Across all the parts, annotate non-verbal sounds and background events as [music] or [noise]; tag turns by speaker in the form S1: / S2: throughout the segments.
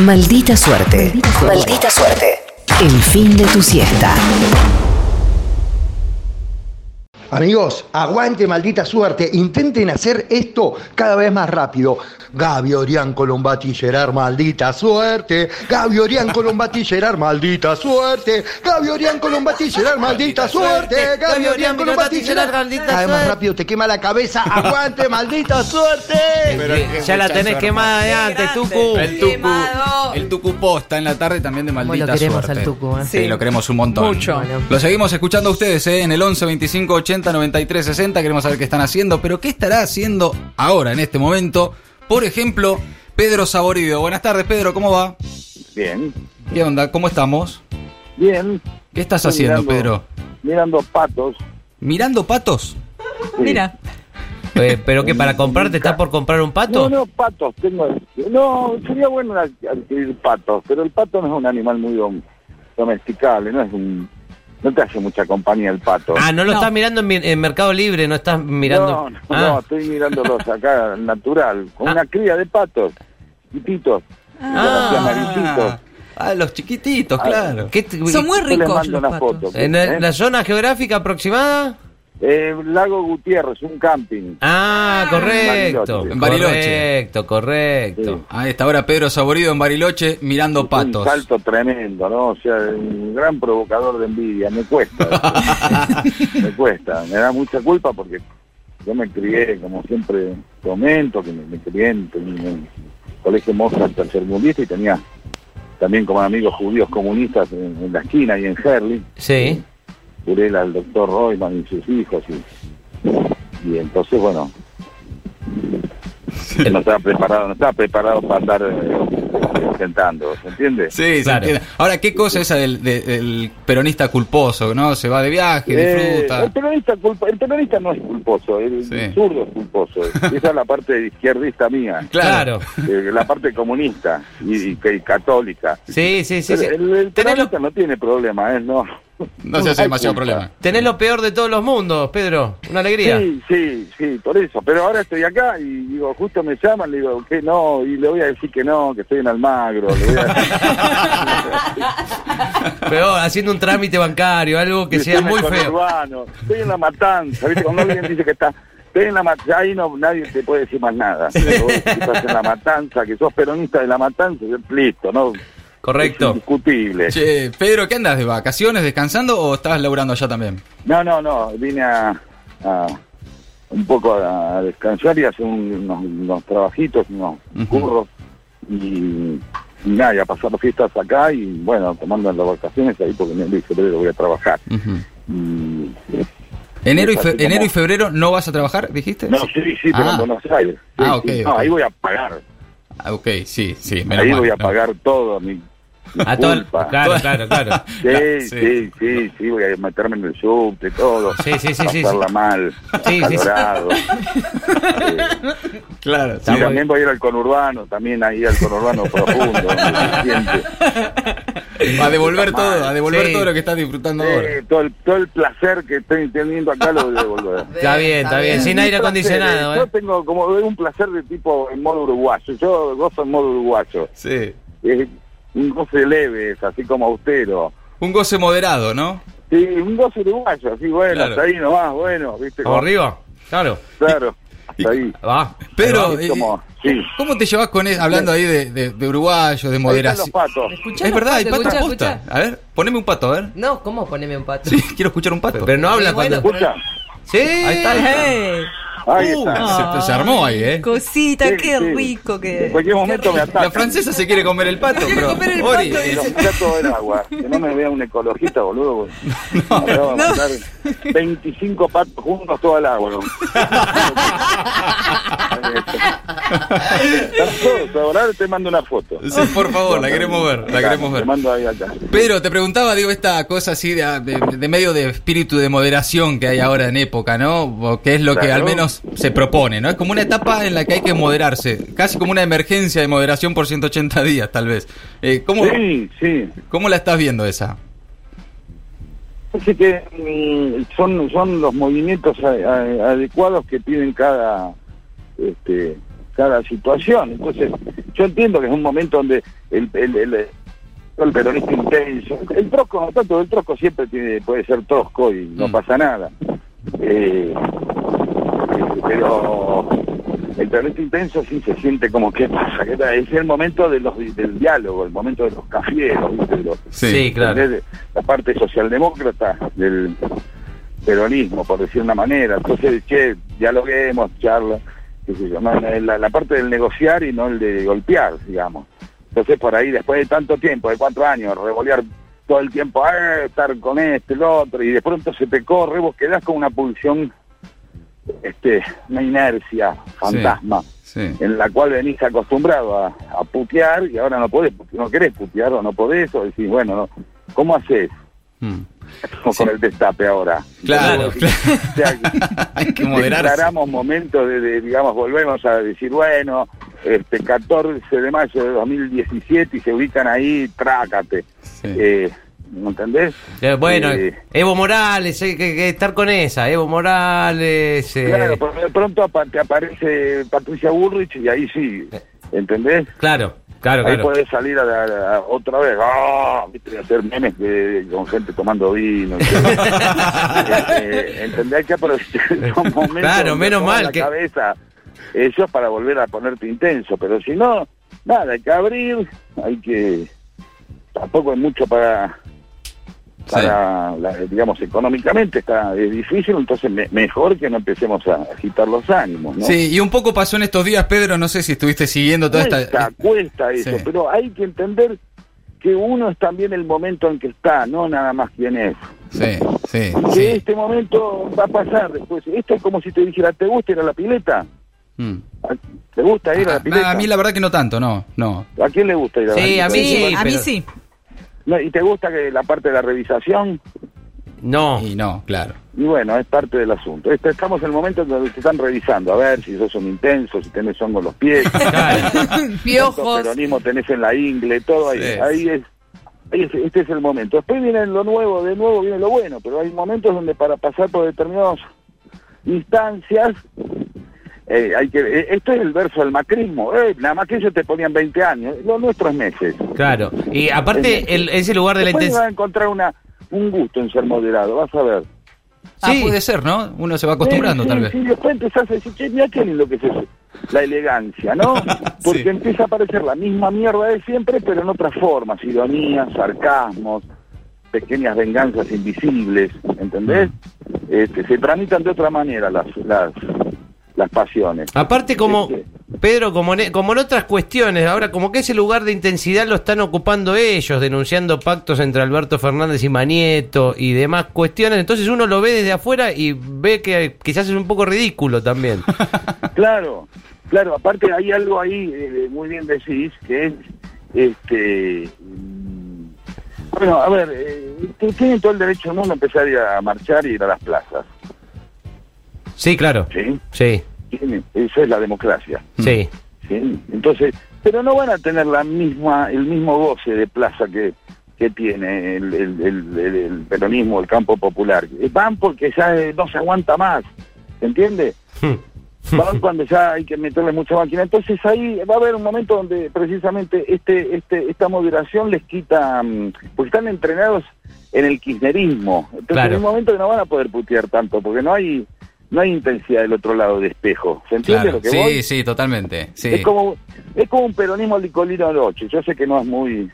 S1: Maldita suerte. Maldita suerte. El fin de tu siesta.
S2: Amigos, aguante maldita suerte. Intenten hacer esto cada vez más rápido. Gaby Orián Colombati Gerard, maldita suerte. Gaby Orián Colombati Gerard, maldita suerte. Gaby Orián Colombati Gerard, maldita suerte. Gaby Orián Colombati Gerard, maldita suerte. Cada vez más rápido te quema la cabeza. Aguante, maldita suerte.
S3: Pero es que
S4: Ya la
S3: muchacho
S4: tenés
S3: hermoso.
S4: quemada de antes, Tucu.
S3: El tucu,
S5: Quemado.
S3: el tucu posta en la tarde también de maldita
S6: Bueno, lo queremos
S3: suerte.
S6: al Tucu, ¿eh?
S3: Sí,
S5: Sí.
S3: lo queremos un montón.
S5: Mucho.
S6: Bueno.
S3: Lo seguimos escuchando a ustedes ¿eh? en el 11 25 80 93 60. Queremos saber qué están haciendo, pero qué estará haciendo ahora en este momento. Por ejemplo, Pedro Saborido. Buenas tardes, Pedro, ¿cómo va?
S7: Bien,
S3: ¿Qué onda? ¿Cómo estamos?
S7: bien.
S3: ¿Qué estás
S7: Estoy
S3: haciendo,
S7: mirando-
S3: Pedro?
S7: Mirando patos.
S3: ¿Mirando patos?
S7: sí.
S5: Ah, Mira,
S4: Eh, pero que para comprarte, ¿estás por comprar un
S7: No,
S4: pato?
S7: no, patos. Tengo, no, sería bueno ad- adquirir patos, pero el pato no es un animal muy dom- domesticable, no es un... No te hace mucha compañía el pato.
S4: Ah, no lo
S5: No.
S4: estás mirando en, mi- en Mercado Libre, no estás mirando.
S7: No, no,
S4: Ah,
S7: no, estoy mirándolos
S4: [laughs]
S7: acá, al natural, con
S4: Ah.
S7: una cría de patos, chiquititos,
S4: Ah.
S7: con narizitos.
S3: Ah, los chiquititos,
S7: Ah,
S3: claro.
S4: ¿qué te-
S5: son muy
S7: Yo les
S5: ricos
S7: mando
S5: los
S7: una
S5: patos.
S7: foto.
S4: ¿En el- la zona geográfica aproximada?
S7: Eh, Lago Gutiérrez, un camping.
S4: Ah, correcto.
S3: En Bariloche.
S4: Correcto, correcto.
S3: A esta hora, Pedro Saborido en Bariloche mirando
S7: Un
S3: patos.
S7: salto tremendo, ¿no? O sea, un gran provocador de envidia.
S3: [laughs]
S7: Me cuesta. eso. me cuesta. Me da mucha culpa porque yo me crié, como siempre comento, que me, me crié en, en un colegio Mozart tercermundista y tenía también como amigos judíos comunistas en, en la esquina y en Herley.
S4: Sí.
S7: Curé al doctor Royman y sus hijos. Y, y entonces, bueno, no estaba preparado, no estaba preparado para andar eh, intentando, ¿se entiende?
S3: Sí, se
S4: Claro.
S3: entiende. Ahora, ¿qué cosa esa del, de- del peronista culposo, no? Se va de viaje,
S7: Eh,
S3: disfruta.
S7: el, peronista culpa- el peronista no es culposo, el
S3: Sí.
S7: zurdo es culposo.
S3: [laughs]
S7: Esa es la parte izquierdista mía,
S4: Claro.
S7: eh, la parte comunista y, y que- y católica.
S4: Sí, sí, sí. sí.
S7: Pero El, el
S4: Tenés, lo,
S7: peronista no tiene problema, ¿eh? No.
S3: No se hace
S7: Hay
S3: demasiado
S7: culpa.
S3: problema.
S4: tenés lo peor de todos los mundos, Pedro. Una alegría.
S7: Sí, sí, sí, por eso. Pero ahora estoy acá y digo, justo me llaman, le digo, que no, y le voy a decir que no, que estoy en Almagro. Le voy
S3: [laughs]
S7: a...
S4: Peor, haciendo un trámite bancario, algo que
S7: Y
S4: sea
S7: estoy
S4: muy
S7: en el
S4: feo.
S7: conurbano, Estoy en la matanza, ¿viste? Cuando alguien dice que está. Estoy en la matanza, ahí no, nadie te puede decir más nada. Pero vos Estás en la matanza, que sos peronista de la matanza, listo, ¿no? Es
S4: Correcto.
S7: indiscutible.
S3: Che, Pedro, ¿qué andas? ¿De vacaciones, descansando o estabas laburando allá también?
S7: No, no, no, vine a. a- un poco a, a descansar y hacer un- unos, unos trabajitos, unos
S3: Ujú.
S7: curros. Y, y nada, y a pasar las fiestas acá y bueno, tomando las vacaciones ahí porque en el febrero voy a trabajar. Y-
S3: ¿Enero, y fe-
S7: Así como-
S3: ¿Enero y febrero no vas a trabajar, dijiste?
S7: No, sí, sí, pero
S3: Ah.
S7: en Buenos Aires. Sí,
S3: Ah, ok,
S7: sí. No,
S3: ok.
S7: ahí voy a pagar.
S3: Ah, ok, sí, sí. menos
S7: ahí
S3: mal,
S7: voy a
S3: menos
S7: pagar todo mi, mi
S4: A todo el-
S7: culpa.
S4: Claro, claro,
S3: [laughs]
S4: claro.
S7: Sí, sí, sí, sí, voy a meterme en el subte, todo.
S4: Sí, sí, sí, sí, sí.
S7: Pasarla mal,
S4: Sí, sí, sí. [laughs]
S7: calorado.
S3: mal. Claro,
S7: Sí,
S4: muy
S7: también voy a ir al conurbano, también ahí al conurbano profundo. donde se siente.
S3: A devolver
S7: Está mal.
S3: todo, a devolver
S4: Sí.
S3: todo lo que estás disfrutando ahora.
S7: Sí, todo, el, todo el placer que estoy teniendo acá lo voy a devolver.
S4: Está bien, está bien. Sin
S7: Mi
S4: aire
S7: placer,
S4: acondicionado,
S7: eh, Yo
S4: ¿eh?
S7: tengo como un placer de tipo en modo uruguayo. Yo gozo en modo uruguayo.
S3: Sí.
S7: es un goce leve, es así como austero.
S3: Un goce moderado, ¿no?
S7: Sí, un goce uruguayo, así bueno,
S3: Claro.
S7: hasta ahí nomás, bueno, viste.
S4: ¿Vamos
S7: como-
S4: arriba? Claro.
S7: Claro, hasta ahí.
S4: Va.
S3: Pero, eh,
S7: Es como- sí.
S3: ¿cómo te llevas con eso? Hablando ahí de, de, de uruguayos, de
S7: Ahí están los
S3: moderación.
S7: patos.
S5: Escuchá
S3: Es
S5: los
S3: verdad, hay
S5: patos,
S3: pato
S5: escuchá,
S3: posta. A ver, poneme un pato, a ver.
S6: No, ¿cómo poneme un pato?
S3: Sí, quiero escuchar un pato. Eh,
S4: Pero no habla
S6: Sí, bueno,
S4: cuando.
S7: ¿Escuchan?
S4: Sí. Ahí está.
S5: Hey.
S7: Ahí
S3: Uh,
S7: está.
S3: se- se, armó ahí, ¿eh?
S5: Cosita,
S7: Sí,
S5: qué
S7: sí.
S5: rico que
S7: En cualquier momento me atacan.
S3: La francesa se quiere comer el pato, pero.
S5: comer el
S3: Ori,
S5: pato,
S7: Y los platos del agua. Que no me vea un ecologista, boludo. No, me acaba de mandar 25 patos juntos todo el agua. Están todos, ahora te mando una foto.
S3: [laughs] Sí, por favor, la queremos ver, la queremos ver.
S7: Te mando ahí acá.
S3: Pero te preguntaba, digo, esta cosa así de, de- de medio de espíritu de moderación que hay ahora en época, ¿no? O que es lo que al
S7: Claro.
S3: menos se propone, ¿no? Es como una etapa en la que hay que moderarse, casi como una emergencia de moderación por 180 días, tal vez. Eh, ¿cómo,
S7: Sí, sí.
S3: ¿Cómo la estás viendo esa?
S7: Parece que mm, son, son los movimientos a- a- adecuados que tienen cada este, cada situación. Entonces, yo entiendo que es un momento donde el, el, el, el peronista intenso, el trosco, no tanto, el trosco siempre tiene, puede ser tosco y no
S3: Mm.
S7: pasa nada. Eh, pero el peronista intenso sí se siente como, ¿qué pasa? ¿Qué tal? Es el momento de los, del diálogo, el momento de los cafieros, ¿viste? De los-
S4: Sí, claro.
S7: ¿entendés? la parte socialdemócrata del peronismo, por decir una manera. Entonces, che, dialoguemos, charla, qué sé yo, no, no, la, la parte del negociar y no el de golpear, digamos. Entonces, por ahí, después de tanto tiempo, de cuatro años, revolear todo el tiempo, "Ah, estar con este, el otro, y de pronto se te corre, vos quedás con una pulsión, este, una inercia, fantasma
S3: Sí.
S7: en la cual venís acostumbrado a, a putear y ahora no podés, no querés putear o no podés, o decís, bueno, no, ¿cómo haces
S3: Mm.
S7: con el destape ahora?
S3: Claro,
S7: Entonces, o sea,
S3: [laughs] Hay que moderarse.
S7: declaramos momentos de, de, digamos, volvemos a decir, bueno, este 14 de mayo de 2017 y se ubican ahí, trácate.
S3: Sí.
S7: Eh, ¿Me entendés?
S4: Eh, Bueno,
S7: Eh,
S4: Evo Morales, hay que, que estar con esa, Evo Morales. eh,
S7: Claro,
S3: pues.
S7: pero de pronto apa- te aparece Patricia Burrich y ahí sí,
S3: eh,
S7: ¿entendés?
S4: claro, claro,
S7: Ahí
S4: claro.
S7: podés salir a la- a la- otra vez, ¡ah! ¿viste? hacer memes de- con gente tomando vino.
S4: [laughs]
S7: ¿sí? Eh, ¿Entendés? Hay que [laughs] aprovechar
S4: [laughs]
S7: esos momentos
S4: Claro,
S7: donde
S4: menos
S7: tomás
S4: mal
S7: la
S4: que-
S7: cabeza eso para volver a ponerte intenso, pero si no, nada, hay que abrir, hay que... Tampoco hay mucho para...
S3: Sí.
S7: para la- digamos, económicamente está es difícil, entonces me- mejor que no empecemos a agitar los ánimos, ¿no?
S3: Sí, y un poco pasó en estos días, Pedro, no sé si estuviste siguiendo toda
S7: cuesta,
S3: esta...
S7: cuesta eso,
S3: Sí.
S7: pero hay que entender que uno es también el momento en que está, no nada más quién es.
S3: Sí, sí,
S7: Que
S3: sí.
S7: este momento va a pasar después. Esto es como si te dijera, ¿te gusta ir a la pileta?
S3: Mm.
S7: ¿Te gusta ir a
S3: Ah,
S7: la pileta?
S3: a mí la verdad que no tanto, no, no.
S7: ¿A quién le gusta ir a la
S4: Sí,
S7: pileta?
S4: a mí
S5: Sí,
S4: sí,
S5: a mí
S4: pero-
S5: sí.
S7: No, ¿Y te gusta que la parte de la revisación?
S4: No.
S3: Y no, claro.
S7: Y bueno, es parte del asunto. Este- Estamos en el momento en donde te están revisando, a ver si sos un intenso, si tenés hongo en los
S3: [laughs]
S7: pies.
S5: [laughs]
S7: cuánto
S5: Piojos.
S7: peronismo tenés en la ingle, todo ahí.
S3: Sí.
S7: Ahí es, ahí es- este es el momento. Después viene lo nuevo, de nuevo viene lo bueno, pero hay momentos donde para pasar por determinadas instancias eh, hay que eh, esto es el verso del macrismo. Eh, la macrillo te ponían 20 años, lo nuestro es meses.
S4: Claro. Y aparte, el- ese lugar de la
S7: Después
S4: intensidad.
S7: vas a encontrar una un gusto en ser moderado, vas a ver.
S3: Ah,
S4: Sí.
S3: puede ser, ¿no? Uno se va acostumbrando
S7: Sí,
S3: tal
S7: sí,
S3: vez.
S7: sí, después empezás a decir, che, mirá qué lindo que es eso. La
S3: [laughs]
S7: elegancia, ¿no? Porque
S3: Sí.
S7: empieza a aparecer la misma mierda de siempre, pero en otras formas. Ironías, sarcasmos, pequeñas venganzas invisibles, ¿entendés?
S3: Mm.
S7: Este, se tramitan de otra manera las, las, las pasiones.
S3: Ah.
S4: Aparte, como.
S7: Este,
S4: Pedro, como en, e, como en otras cuestiones, ahora como que ese lugar de intensidad lo están ocupando ellos, denunciando pactos entre Alberto Fernández y Manieto y demás cuestiones, entonces uno lo ve desde afuera y ve que eh, quizás es un poco ridículo
S3: [laughs]
S4: también.
S7: Claro, claro, aparte hay algo ahí, eh, muy bien decís, que es, este, mm, bueno, a ver, eh, t- tienen todo el derecho del mundo a empezar a ir a marchar y ir a las plazas,
S4: Sí, claro.
S7: ¿sí?
S4: Sí,
S7: Tienen- Eso es la democracia,
S3: Mm.
S4: sí.
S7: ¿sí? Entonces, pero no van a tener la misma, el mismo goce de plaza que, que tiene el, el- el- el- el peronismo, el campo popular. Eh, Van porque ya eh, no se aguanta más, ¿entiendes?
S3: Hmm.
S7: van cuando ya hay que meterle mucha máquina. Entonces ahí va a haber un momento donde precisamente este, este, esta moderación les quita, mm, porque están entrenados en el kirchnerismo. Entonces
S4: Claro.
S7: en un momento que no van a poder putear tanto, porque no hay, no hay intensidad del otro lado de espejo. ¿Se entiende
S3: Claro.
S7: lo que voy?
S3: Sí, sí, totalmente. Sí.
S7: Es como, es como un peronismo licolino noche. Yo sé que no es muy,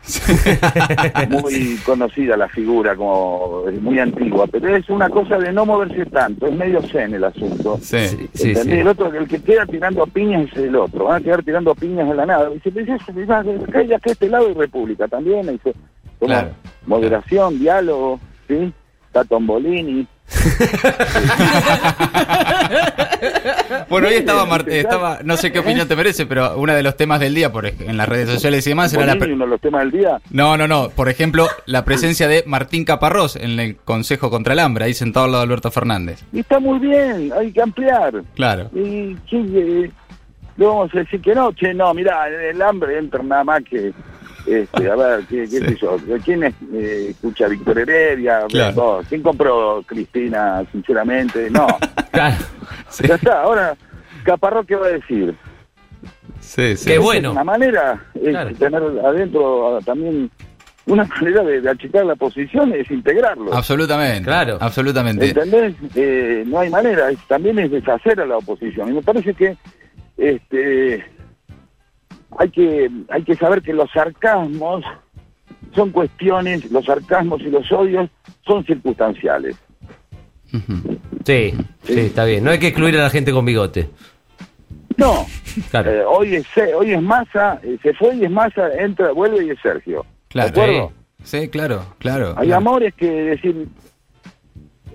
S7: muy conocida la figura, como es muy antigua, pero es una cosa de no moverse tanto, es medio zen el asunto.
S3: Sí.
S4: Sí,
S7: ¿Entendés?
S4: sí.
S7: El otro, el que queda tirando piñas es el otro. Van a quedar tirando piñas en la nada. Dice, pero eso, mirá, acá y acá a este lado y República también. Dice, como
S3: Claro.
S7: moderación, diálogo, ¿sí? Está Tombolini.
S3: [laughs] Bueno, hoy estaba, Mar- eh, estaba, no sé qué opinión te merece, pero uno de los temas del día por, ej- en las redes sociales y demás era la...
S7: Tombolini,
S3: pre-
S7: uno de los temas del día.
S3: No, no, no. Por ejemplo, la presencia de Martín Caparrós en el Consejo contra el Hambre, ahí sentado al lado de Alberto Fernández.
S7: Y está muy bien, hay que ampliar.
S3: Claro.
S7: Y sí, eh, le vamos a decir que no, che, no, mirá, en el hambre entra nada más que, este, a ver, ¿qué, qué
S3: [laughs]
S7: sé yo? ¿Quién es- eh, escucha a Víctor Heredia?
S3: Claro.
S7: No, ¿Quién compró Cristina,
S3: [laughs]
S7: sinceramente? No,
S4: Claro.
S3: Sí.
S7: ya está, ahora, Caparro, ¿qué va a decir?
S3: Sí, sí.
S4: Qué bueno.
S7: Una manera es
S4: Claro.
S7: tener adentro ah, también una manera de, de achicar la posición es integrarlo.
S3: Absolutamente.
S4: Claro.
S3: Absolutamente.
S7: ¿Entendés? Eh, no hay manera, es- también es deshacer a la oposición. Y me parece que este hay que hay que saber que los sarcasmos son cuestiones, los sarcasmos y los odios son circunstanciales.
S4: Sí, sí, está bien. No hay que excluir a la gente con bigote.
S7: No,
S4: Claro.
S7: eh, hoy es Se- hoy es masa, se fue y es masa, entra, vuelve y es Sergio.
S3: Claro.
S7: ¿De acuerdo?
S3: Sí, sí, claro, claro.
S7: Hay
S3: claro.
S7: amores que decir,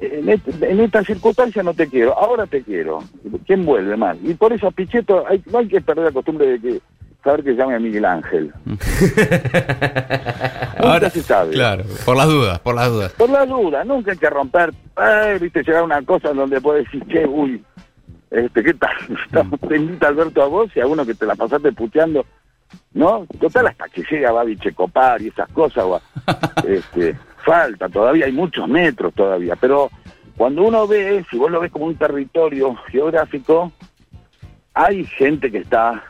S7: en, este- en esta circunstancia no te quiero, ahora te quiero. ¿Quién vuelve más? Y por eso a Pichetto hay, no hay que perder la costumbre de que saber que llame a
S3: [laughs]
S7: Miguel Ángel. Nunca se sabe.
S3: Claro, por las dudas, por las dudas.
S7: Por la duda, nunca hay que romper, eh, viste, llegar a una cosa en donde puedes decir, che, uy, este, ¿qué tal? [laughs] te invita Alberto a vos y a uno que te la pasaste puteando, ¿no? Total, hasta que llega Babi Checopar y esas cosas, o a- este, falta todavía, hay muchos metros todavía, pero cuando uno ve, si vos lo ves como un territorio geográfico, hay gente que está,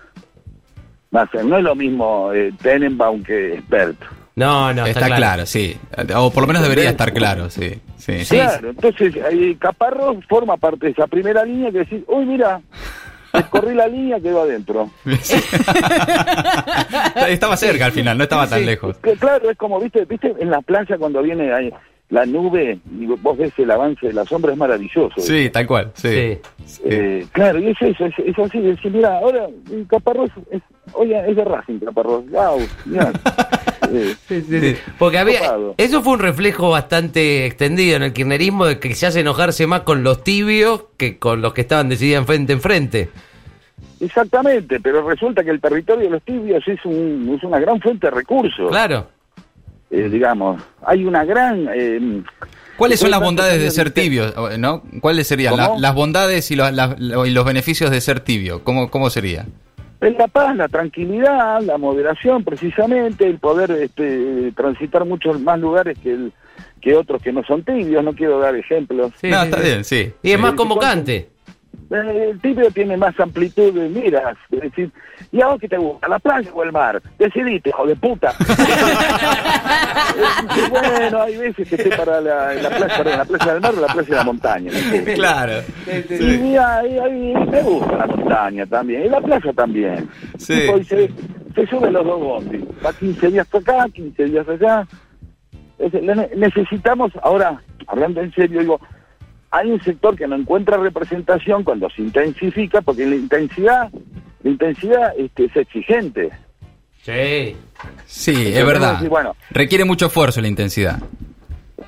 S7: más, no es lo mismo eh, Tenenbaum que experto.
S4: No, no,
S3: está
S4: está,
S3: claro. sí. O por lo menos debería estar claro, sí. Sí, sí.
S7: Claro, entonces eh, Caparro forma parte de esa primera línea que decís, uy, mira,
S3: [laughs]
S7: descorrí la línea, quedó adentro.
S3: estaba cerca al final, no estaba tan
S4: Sí.
S3: lejos.
S7: Que, claro, es como, viste, viste en la playa cuando viene ahí la nube y vos ves el avance de la sombra, es maravilloso.
S3: Sí, tal cual, sí.
S4: Sí.
S3: Sí.
S7: Eh, claro, y es eso, es, es así, es decir, mira, ahora eh, Caparro es, es, oye, es de Racing, Caparro, wow,
S3: [laughs]
S7: mirá. Eh,
S3: sí.
S4: Porque había.
S7: Copado.
S4: Eso fue un reflejo bastante extendido en el kirchnerismo de que se hace enojarse más con los tibios que con los que estaban decididos frente en frente.
S7: exactamente, pero resulta que el territorio de los tibios es, un, es una gran fuente de recursos,
S4: Claro.
S7: eh, digamos. Hay una gran... eh,
S3: ¿Cuáles son las
S7: Entonces,
S3: bondades de
S7: también,
S3: ser
S7: ¿viste?
S3: tibio? o, ¿no? ¿Cuáles serían la-
S7: ¿Cómo?
S3: las bondades y, los- las- lo- y los beneficios de ser tibio? ¿Cómo, cómo sería?
S7: Es la paz, la tranquilidad, la moderación, precisamente, el poder este, transitar muchos más lugares que, el- que otros que no son tibios, no quiero dar ejemplos.
S4: Sí,
S3: no,
S4: sí,
S3: está
S4: sí.
S3: bien, sí.
S4: Y es más
S7: Sí.
S4: convocante.
S7: Eh, El tibio tiene más amplitud de miras, es decir, ¿y a vos qué te gusta, la playa o el mar? Decidiste, hijo de puta. Y bueno, hay veces que estoy para la, en la playa, perdón, en la playa del mar o la playa de la montaña. no sé.
S3: [laughs] Claro.
S7: Y mira, ahí, ahí me gusta la montaña también, y la playa también.
S3: Sí.
S7: Tipo, y se, se suben los dos bondis, va 15 días para acá, 15 días allá. Es- le- ne- necesitamos, ahora, hablando en serio, digo, hay un sector que no encuentra representación cuando se intensifica, porque la intensidad, la intensidad este, es exigente.
S4: Sí.
S3: Sí, es
S7: Yo
S3: verdad.
S7: creo que, bueno.
S3: Requiere mucho esfuerzo la intensidad.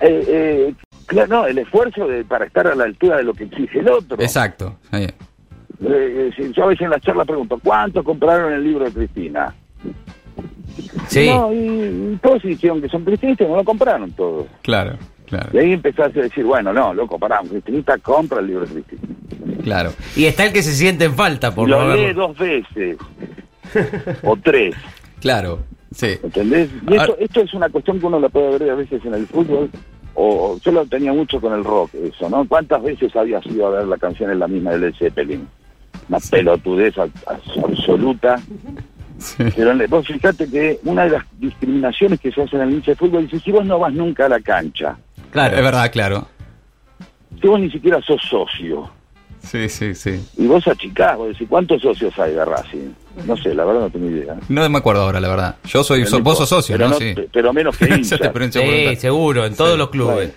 S7: Eh, eh, claro, no, el esfuerzo de- para estar a la altura de lo que exige el otro.
S3: Exacto. sí.
S7: Eh, eh, si- yo a veces en las charlas pregunto, ¿cuánto compraron el libro de Cristina?
S4: Sí.
S7: No, y, y todos dijeron que son cristianistas, no lo compraron todos.
S3: Claro, claro,
S7: Y ahí empezaste a decir, bueno, no, loco, pará, un cristinista compra el libro de Cristina.
S3: claro.
S4: Y está el que se siente en falta por no
S7: Lo lee
S4: haberlo.
S7: dos veces, o tres,
S3: Claro, sí.
S7: ¿entendés? Y esto,
S4: Ah.
S3: Ahora-
S7: esto es una cuestión que uno la puede ver a veces en el fútbol, o o yo lo tenía mucho con el rock, eso, ¿no? ¿Cuántas veces habías ido a ver la canción es la misma del Led Zeppelin? Una pelotudez ab- abs- absoluta. Pero le- vos fijate que una de las discriminaciones que se hacen en el hincha de fútbol es si vos no vas nunca a la cancha,
S3: Es verdad, claro.
S7: si vos ni siquiera sos socio,
S3: Sí, sí, sí.
S7: Y vos achicás, vos decís, ¿cuántos socios hay de Racing? No sé, la verdad no tengo idea.
S3: No me acuerdo ahora, la verdad. Yo soy, so-
S7: Pero
S3: vos
S7: no-
S3: sos socio,
S7: pero
S3: ¿no?
S7: no-
S3: Sí.
S7: pe- pero menos que
S3: [laughs] Ya te
S7: hinchas.
S3: pregunté por
S4: Sí,
S3: otra.
S4: seguro, en todos los clubes.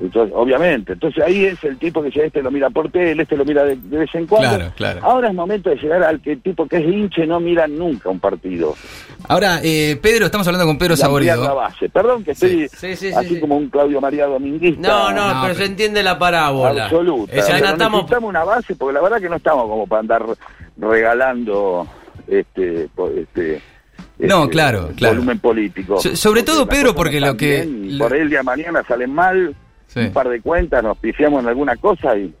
S7: Entonces, obviamente. Entonces ahí es el tipo que ya este lo mira por tele, este lo mira de, de vez en cuando.
S3: Claro, claro.
S7: Ahora es momento de llegar al que tipo que es hinche no mira nunca un partido.
S3: Ahora, eh, Pedro, estamos hablando con Pedro
S7: Y ampliar la
S3: Saborido.
S7: base. Perdón que estoy
S4: Sí, sí, sí,
S7: así
S4: sí.
S7: como un Claudio María Dominguista.
S4: No, no,
S3: No,
S4: pero,
S3: pero-
S4: se entiende la parábola.
S7: absoluta.
S4: Ya
S7: Pero
S4: natamos-
S7: necesitamos una base porque la verdad que no estamos como para andar regalando este po- este
S3: No,
S7: este,
S3: claro, claro.
S7: volumen político.
S3: So- sobre todo,
S7: las
S3: Pedro,
S7: cosas
S3: porque
S7: no
S3: lo
S7: están
S3: que-
S7: bien y
S3: lo-
S7: por ahí el día de mañana salen mal.
S3: Sí.
S7: Un par de cuentas, nos pifiamos en alguna cosa y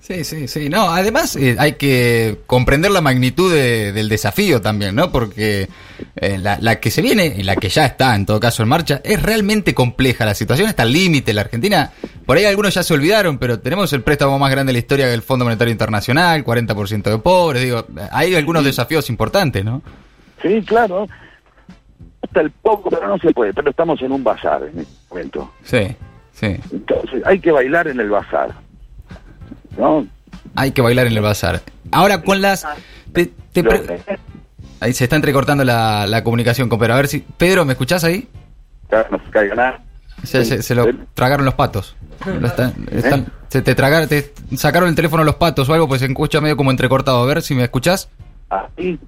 S3: Sí, sí, sí. No, además eh, hay que comprender la magnitud de- del desafío también, ¿no? Porque eh, la, la que se viene, y la que ya está en todo caso en marcha, es realmente compleja. La situación está al límite. La Argentina Por ahí algunos ya se olvidaron, pero tenemos el préstamo más grande de la historia del Fondo Monetario Internacional, 40% de pobres, digo, hay algunos desafíos importantes, ¿no?
S7: Sí, claro. Hasta el poco, pero no se puede. Pero estamos en un bazar en este momento.
S3: Sí, sí.
S7: Entonces, hay que bailar en el bazar. ¿No?
S3: Hay que bailar en el bazar. Ahora con las... te- te
S7: Lo-
S3: pre- ahí se está entrecortando la, la comunicación con Pedro. A ver si... Pedro, ¿me escuchás ahí?
S7: Ya no se caiga nada.
S3: Se, se- se lo tragaron los patos. Lo están- están- se te tragaron, te sacaron el teléfono los patos o algo, pues se escucha medio como entrecortado. A ver si me escuchás.
S7: Ahí.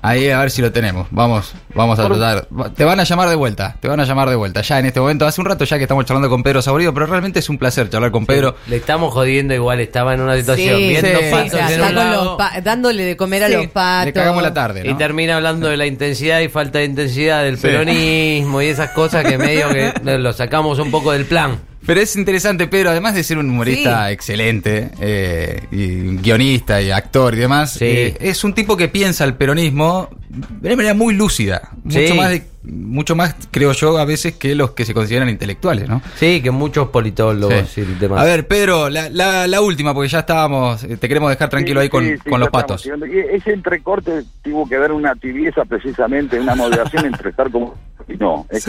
S3: Ahí a ver si lo tenemos. Vamos, vamos a tratar. Va- Te van a llamar de vuelta, te van a llamar de vuelta. Ya en este momento, hace un rato ya que estamos charlando con Pedro Saborido, pero realmente es un placer charlar con Pedro.
S4: Le estamos jodiendo igual, estaba en una situación
S5: Sí,
S4: viendo
S5: sí,
S4: patos
S5: Eh, sí,
S4: en
S5: está con
S4: un
S5: los
S4: lado
S5: pa- dándole de comer a
S3: Sí,
S5: los patos.
S3: Le cagamos la tarde,
S4: y
S3: ¿no?
S4: termina hablando de la intensidad y falta de intensidad del
S3: Sí.
S4: peronismo y esas cosas que medio [laughs] que lo sacamos un poco del plan.
S3: Pero es interesante, Pedro, además de ser un humorista
S5: Sí.
S3: excelente, eh, y guionista y actor y demás,
S4: Sí.
S3: eh, es un tipo que piensa el peronismo de una manera muy lúcida. Mucho,
S4: Sí.
S3: más de- mucho más, creo yo, a veces que los que se consideran intelectuales, ¿no?
S4: Sí, que muchos politólogos
S3: Sí.
S4: y demás.
S3: A ver, Pedro, la, la- la última, porque ya estábamos, eh, te queremos dejar tranquilo
S7: Sí,
S3: ahí con,
S7: sí, sí,
S3: con
S7: ya
S3: los
S7: estamos
S3: patos.
S7: llegando. Y Ese entrecorte tuvo que ver una tibieza precisamente, una moderación entre estar como... y No, es-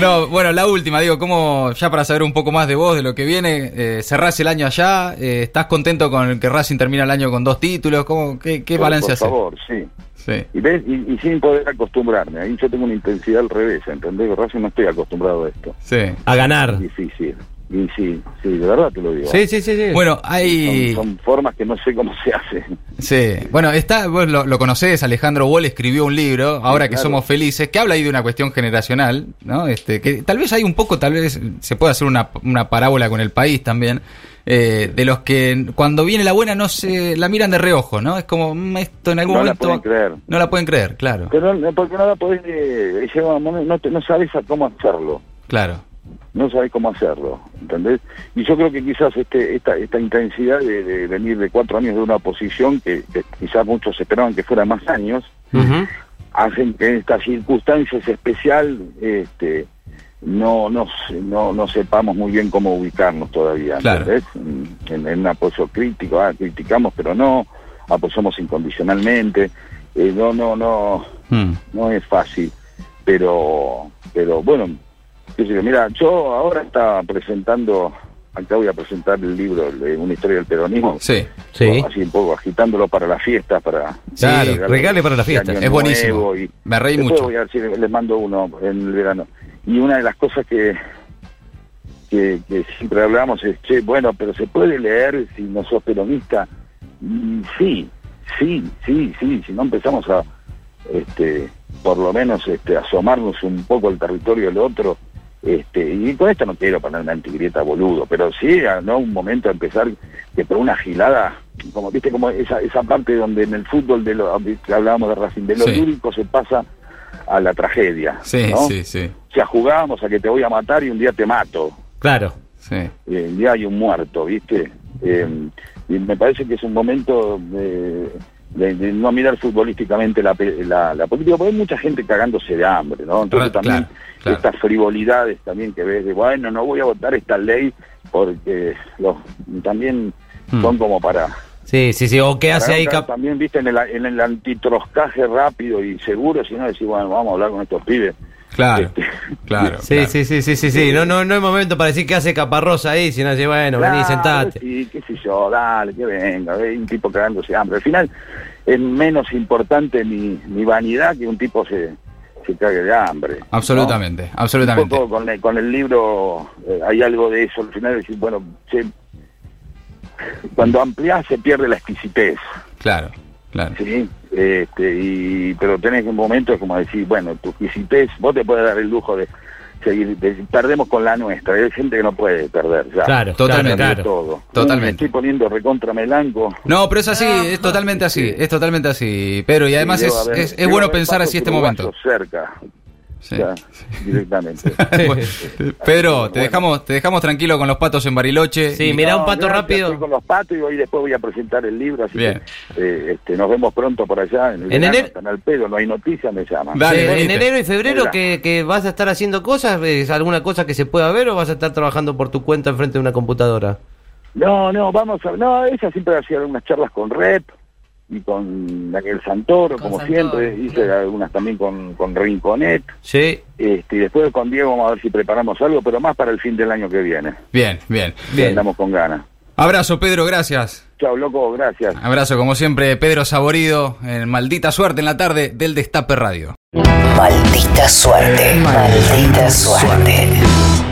S3: No, bueno, la última, digo, ¿cómo, ya para saber un poco más de vos, de lo que viene, eh, cerrás el año allá, eh, ¿estás contento con que Racing termina el año con dos títulos? ¿Cómo, ¿Qué, qué
S7: por-
S3: balance
S7: Por
S3: haces?
S7: favor, sí.
S3: Sí.
S7: Y, ves, y, y sin poder acostumbrarme. Ahí yo tengo una intensidad al revés, ¿entendés? Con Racing no estoy acostumbrado a esto.
S3: Sí.
S4: a ganar.
S7: Difícil. Y sí, sí, de verdad te lo digo.
S4: Sí, sí, sí, sí.
S3: Bueno, hay.
S7: Son, son formas que no sé cómo se hacen.
S3: Sí. Bueno, está, vos lo, lo conocés, Alejandro Wall escribió un libro, Ahora que
S7: claro.
S3: somos felices, que habla ahí de una cuestión generacional, ¿no? Este, que tal vez hay un poco, tal vez se puede hacer una, una parábola con el país también, eh, de los que cuando viene la buena no se la miran de reojo, ¿no? Es como, mm, esto en algún
S7: No la
S3: momento.
S7: pueden creer.
S3: No la pueden creer, claro.
S7: Pero no- porque no la podés... eh, lleva un momento- no, te- no sabes a cómo hacerlo.
S3: Claro.
S7: no sabés cómo hacerlo, ¿entendés? Y yo creo que quizás este, esta, esta intensidad de, de venir de cuatro años de una oposición que, que quizás muchos esperaban que fuera más años,
S4: Ujú.
S7: hacen que en estas circunstancias especial este, no, no, se- no, no sepamos muy bien cómo ubicarnos todavía,
S3: Claro.
S7: ¿entendés? En, en un apoyo crítico, ah, criticamos pero no, apoyamos incondicionalmente, eh, no, no, no,
S3: Mm.
S7: no es fácil, pero pero bueno, qué sé yo, mira, yo ahora está presentando, acá voy a presentar el libro de una historia del peronismo,
S3: Sí.
S4: Sí.
S7: así un poco agitándolo para las fiestas, para
S3: Sí,
S7: para-
S4: regale para las fiestas,
S7: año
S3: es buenísimo.
S7: nuevo y-
S3: Me reí
S7: después
S3: mucho.
S7: voy a decir, les mando uno en el verano. Y una de las cosas que que, que siempre hablamos es, che, bueno, pero se puede leer si no sos peronista. Mm, Sí, sí, sí, sí, si no empezamos a, este, por lo menos, este, asomarnos un poco al territorio del otro, este, y con esto no quiero ponerme antigreta boludo, pero sí, a- ¿no? Un momento a empezar que por una gilada, como viste, como esa, esa parte donde en el fútbol de lo, que hablábamos de Racing, de lo
S3: Sí.
S7: lúdico se pasa a la tragedia.
S3: Sí,
S7: ¿no?
S3: sí, sí.
S7: O sea, jugábamos a que te voy a matar y un día te mato
S4: Claro.
S3: Sí.
S7: eh, ya hay un muerto, ¿viste? Eh, y me parece que es un momento de, de- de no mirar futbolísticamente la, pe- la, la política, porque hay mucha gente cagándose de hambre, ¿no? Entonces
S3: Claro,
S7: también
S3: claro, claro.
S7: estas frivolidades también que ves de, bueno, no voy a votar esta ley porque los también son como para...
S4: Sí, sí, sí. O qué hace
S7: para
S4: ahí.
S7: no caer
S4: cap-
S7: También, viste, en el, en el antitroscaje rápido y seguro, si no decir, bueno, vamos a hablar con estos pibes. Este,
S3: Claro. Claro.
S4: Sí,
S3: claro.
S4: sí, sí, sí, sí, sí. No, no, no hay momento para decir qué hace Caparrosa ahí, sino decir, bueno, vení,
S7: Claro,
S4: sentate.
S7: Sí, qué sé yo, dale, que venga, ve, un tipo cagándose de hambre. Al final es menos importante mi, mi vanidad que un tipo se, se cague de hambre. ¿no?
S3: Absolutamente,
S7: Un
S3: absolutamente.
S7: poco con el, con el libro eh, hay algo de eso. Al final decir, bueno, che, cuando ampliás se pierde la exquisitez,
S3: Claro, claro.
S7: ¿sí? Este, y, pero tenés un momento como decir, bueno, tu exquisitez, vos te puedes dar el lujo de seguir, de- perdemos con la nuestra, hay gente que no puede perder ya
S4: Claro,
S3: Totalmente.
S4: claro, claro.
S7: todo.
S3: Totalmente.
S7: Me estoy poniendo recontra melanco.
S3: No, pero es así, es totalmente así, es totalmente así, Pero Y además
S7: Ah, Sí,
S3: es,
S7: debe haber-
S3: es- es
S7: debe
S3: bueno
S7: haber
S3: pensar
S7: pasos
S3: así este momento.
S7: uruguayos cerca.
S3: Sí.
S7: o sea, directamente.
S3: [laughs] Bueno, Pedro, te dejamos, te dejamos tranquilo con los patos en Bariloche.
S4: Sí,
S3: Y-
S4: mirá un
S7: No,
S4: pato
S7: gracias,
S4: rápido.
S7: estoy con los patos y hoy después voy a presentar el libro, así
S3: Bien.
S7: que eh, este, nos vemos pronto por allá. En, el
S4: En
S7: verano,
S4: enero-
S7: están al pedo, no hay noticias, me llaman.
S3: Dale,
S4: Eh, en
S3: venite.
S4: enero y febrero
S7: Hola.
S4: que, que vas a estar haciendo cosas, ¿Es alguna cosa que se pueda ver o vas a estar trabajando por tu cuenta enfrente de una computadora?
S7: No, no, vamos a... No, ella siempre hacía algunas charlas con Rep y con Daniel Santoro,
S5: Con
S7: como
S5: Santoro,
S7: siempre. Hice
S5: claro.
S7: algunas también con, con Rinconet.
S4: Sí.
S7: Este, y después con Diego vamos a ver si preparamos algo, pero más para el fin del año que viene.
S3: Bien, bien.
S7: que
S4: Bien.
S7: Andamos con ganas.
S3: Abrazo, Pedro, gracias.
S7: Chao, loco, gracias.
S3: Abrazo, como siempre, Pedro Saborido, en Maldita Suerte en la tarde del Destape Radio.
S1: Maldita suerte. Maldita suerte.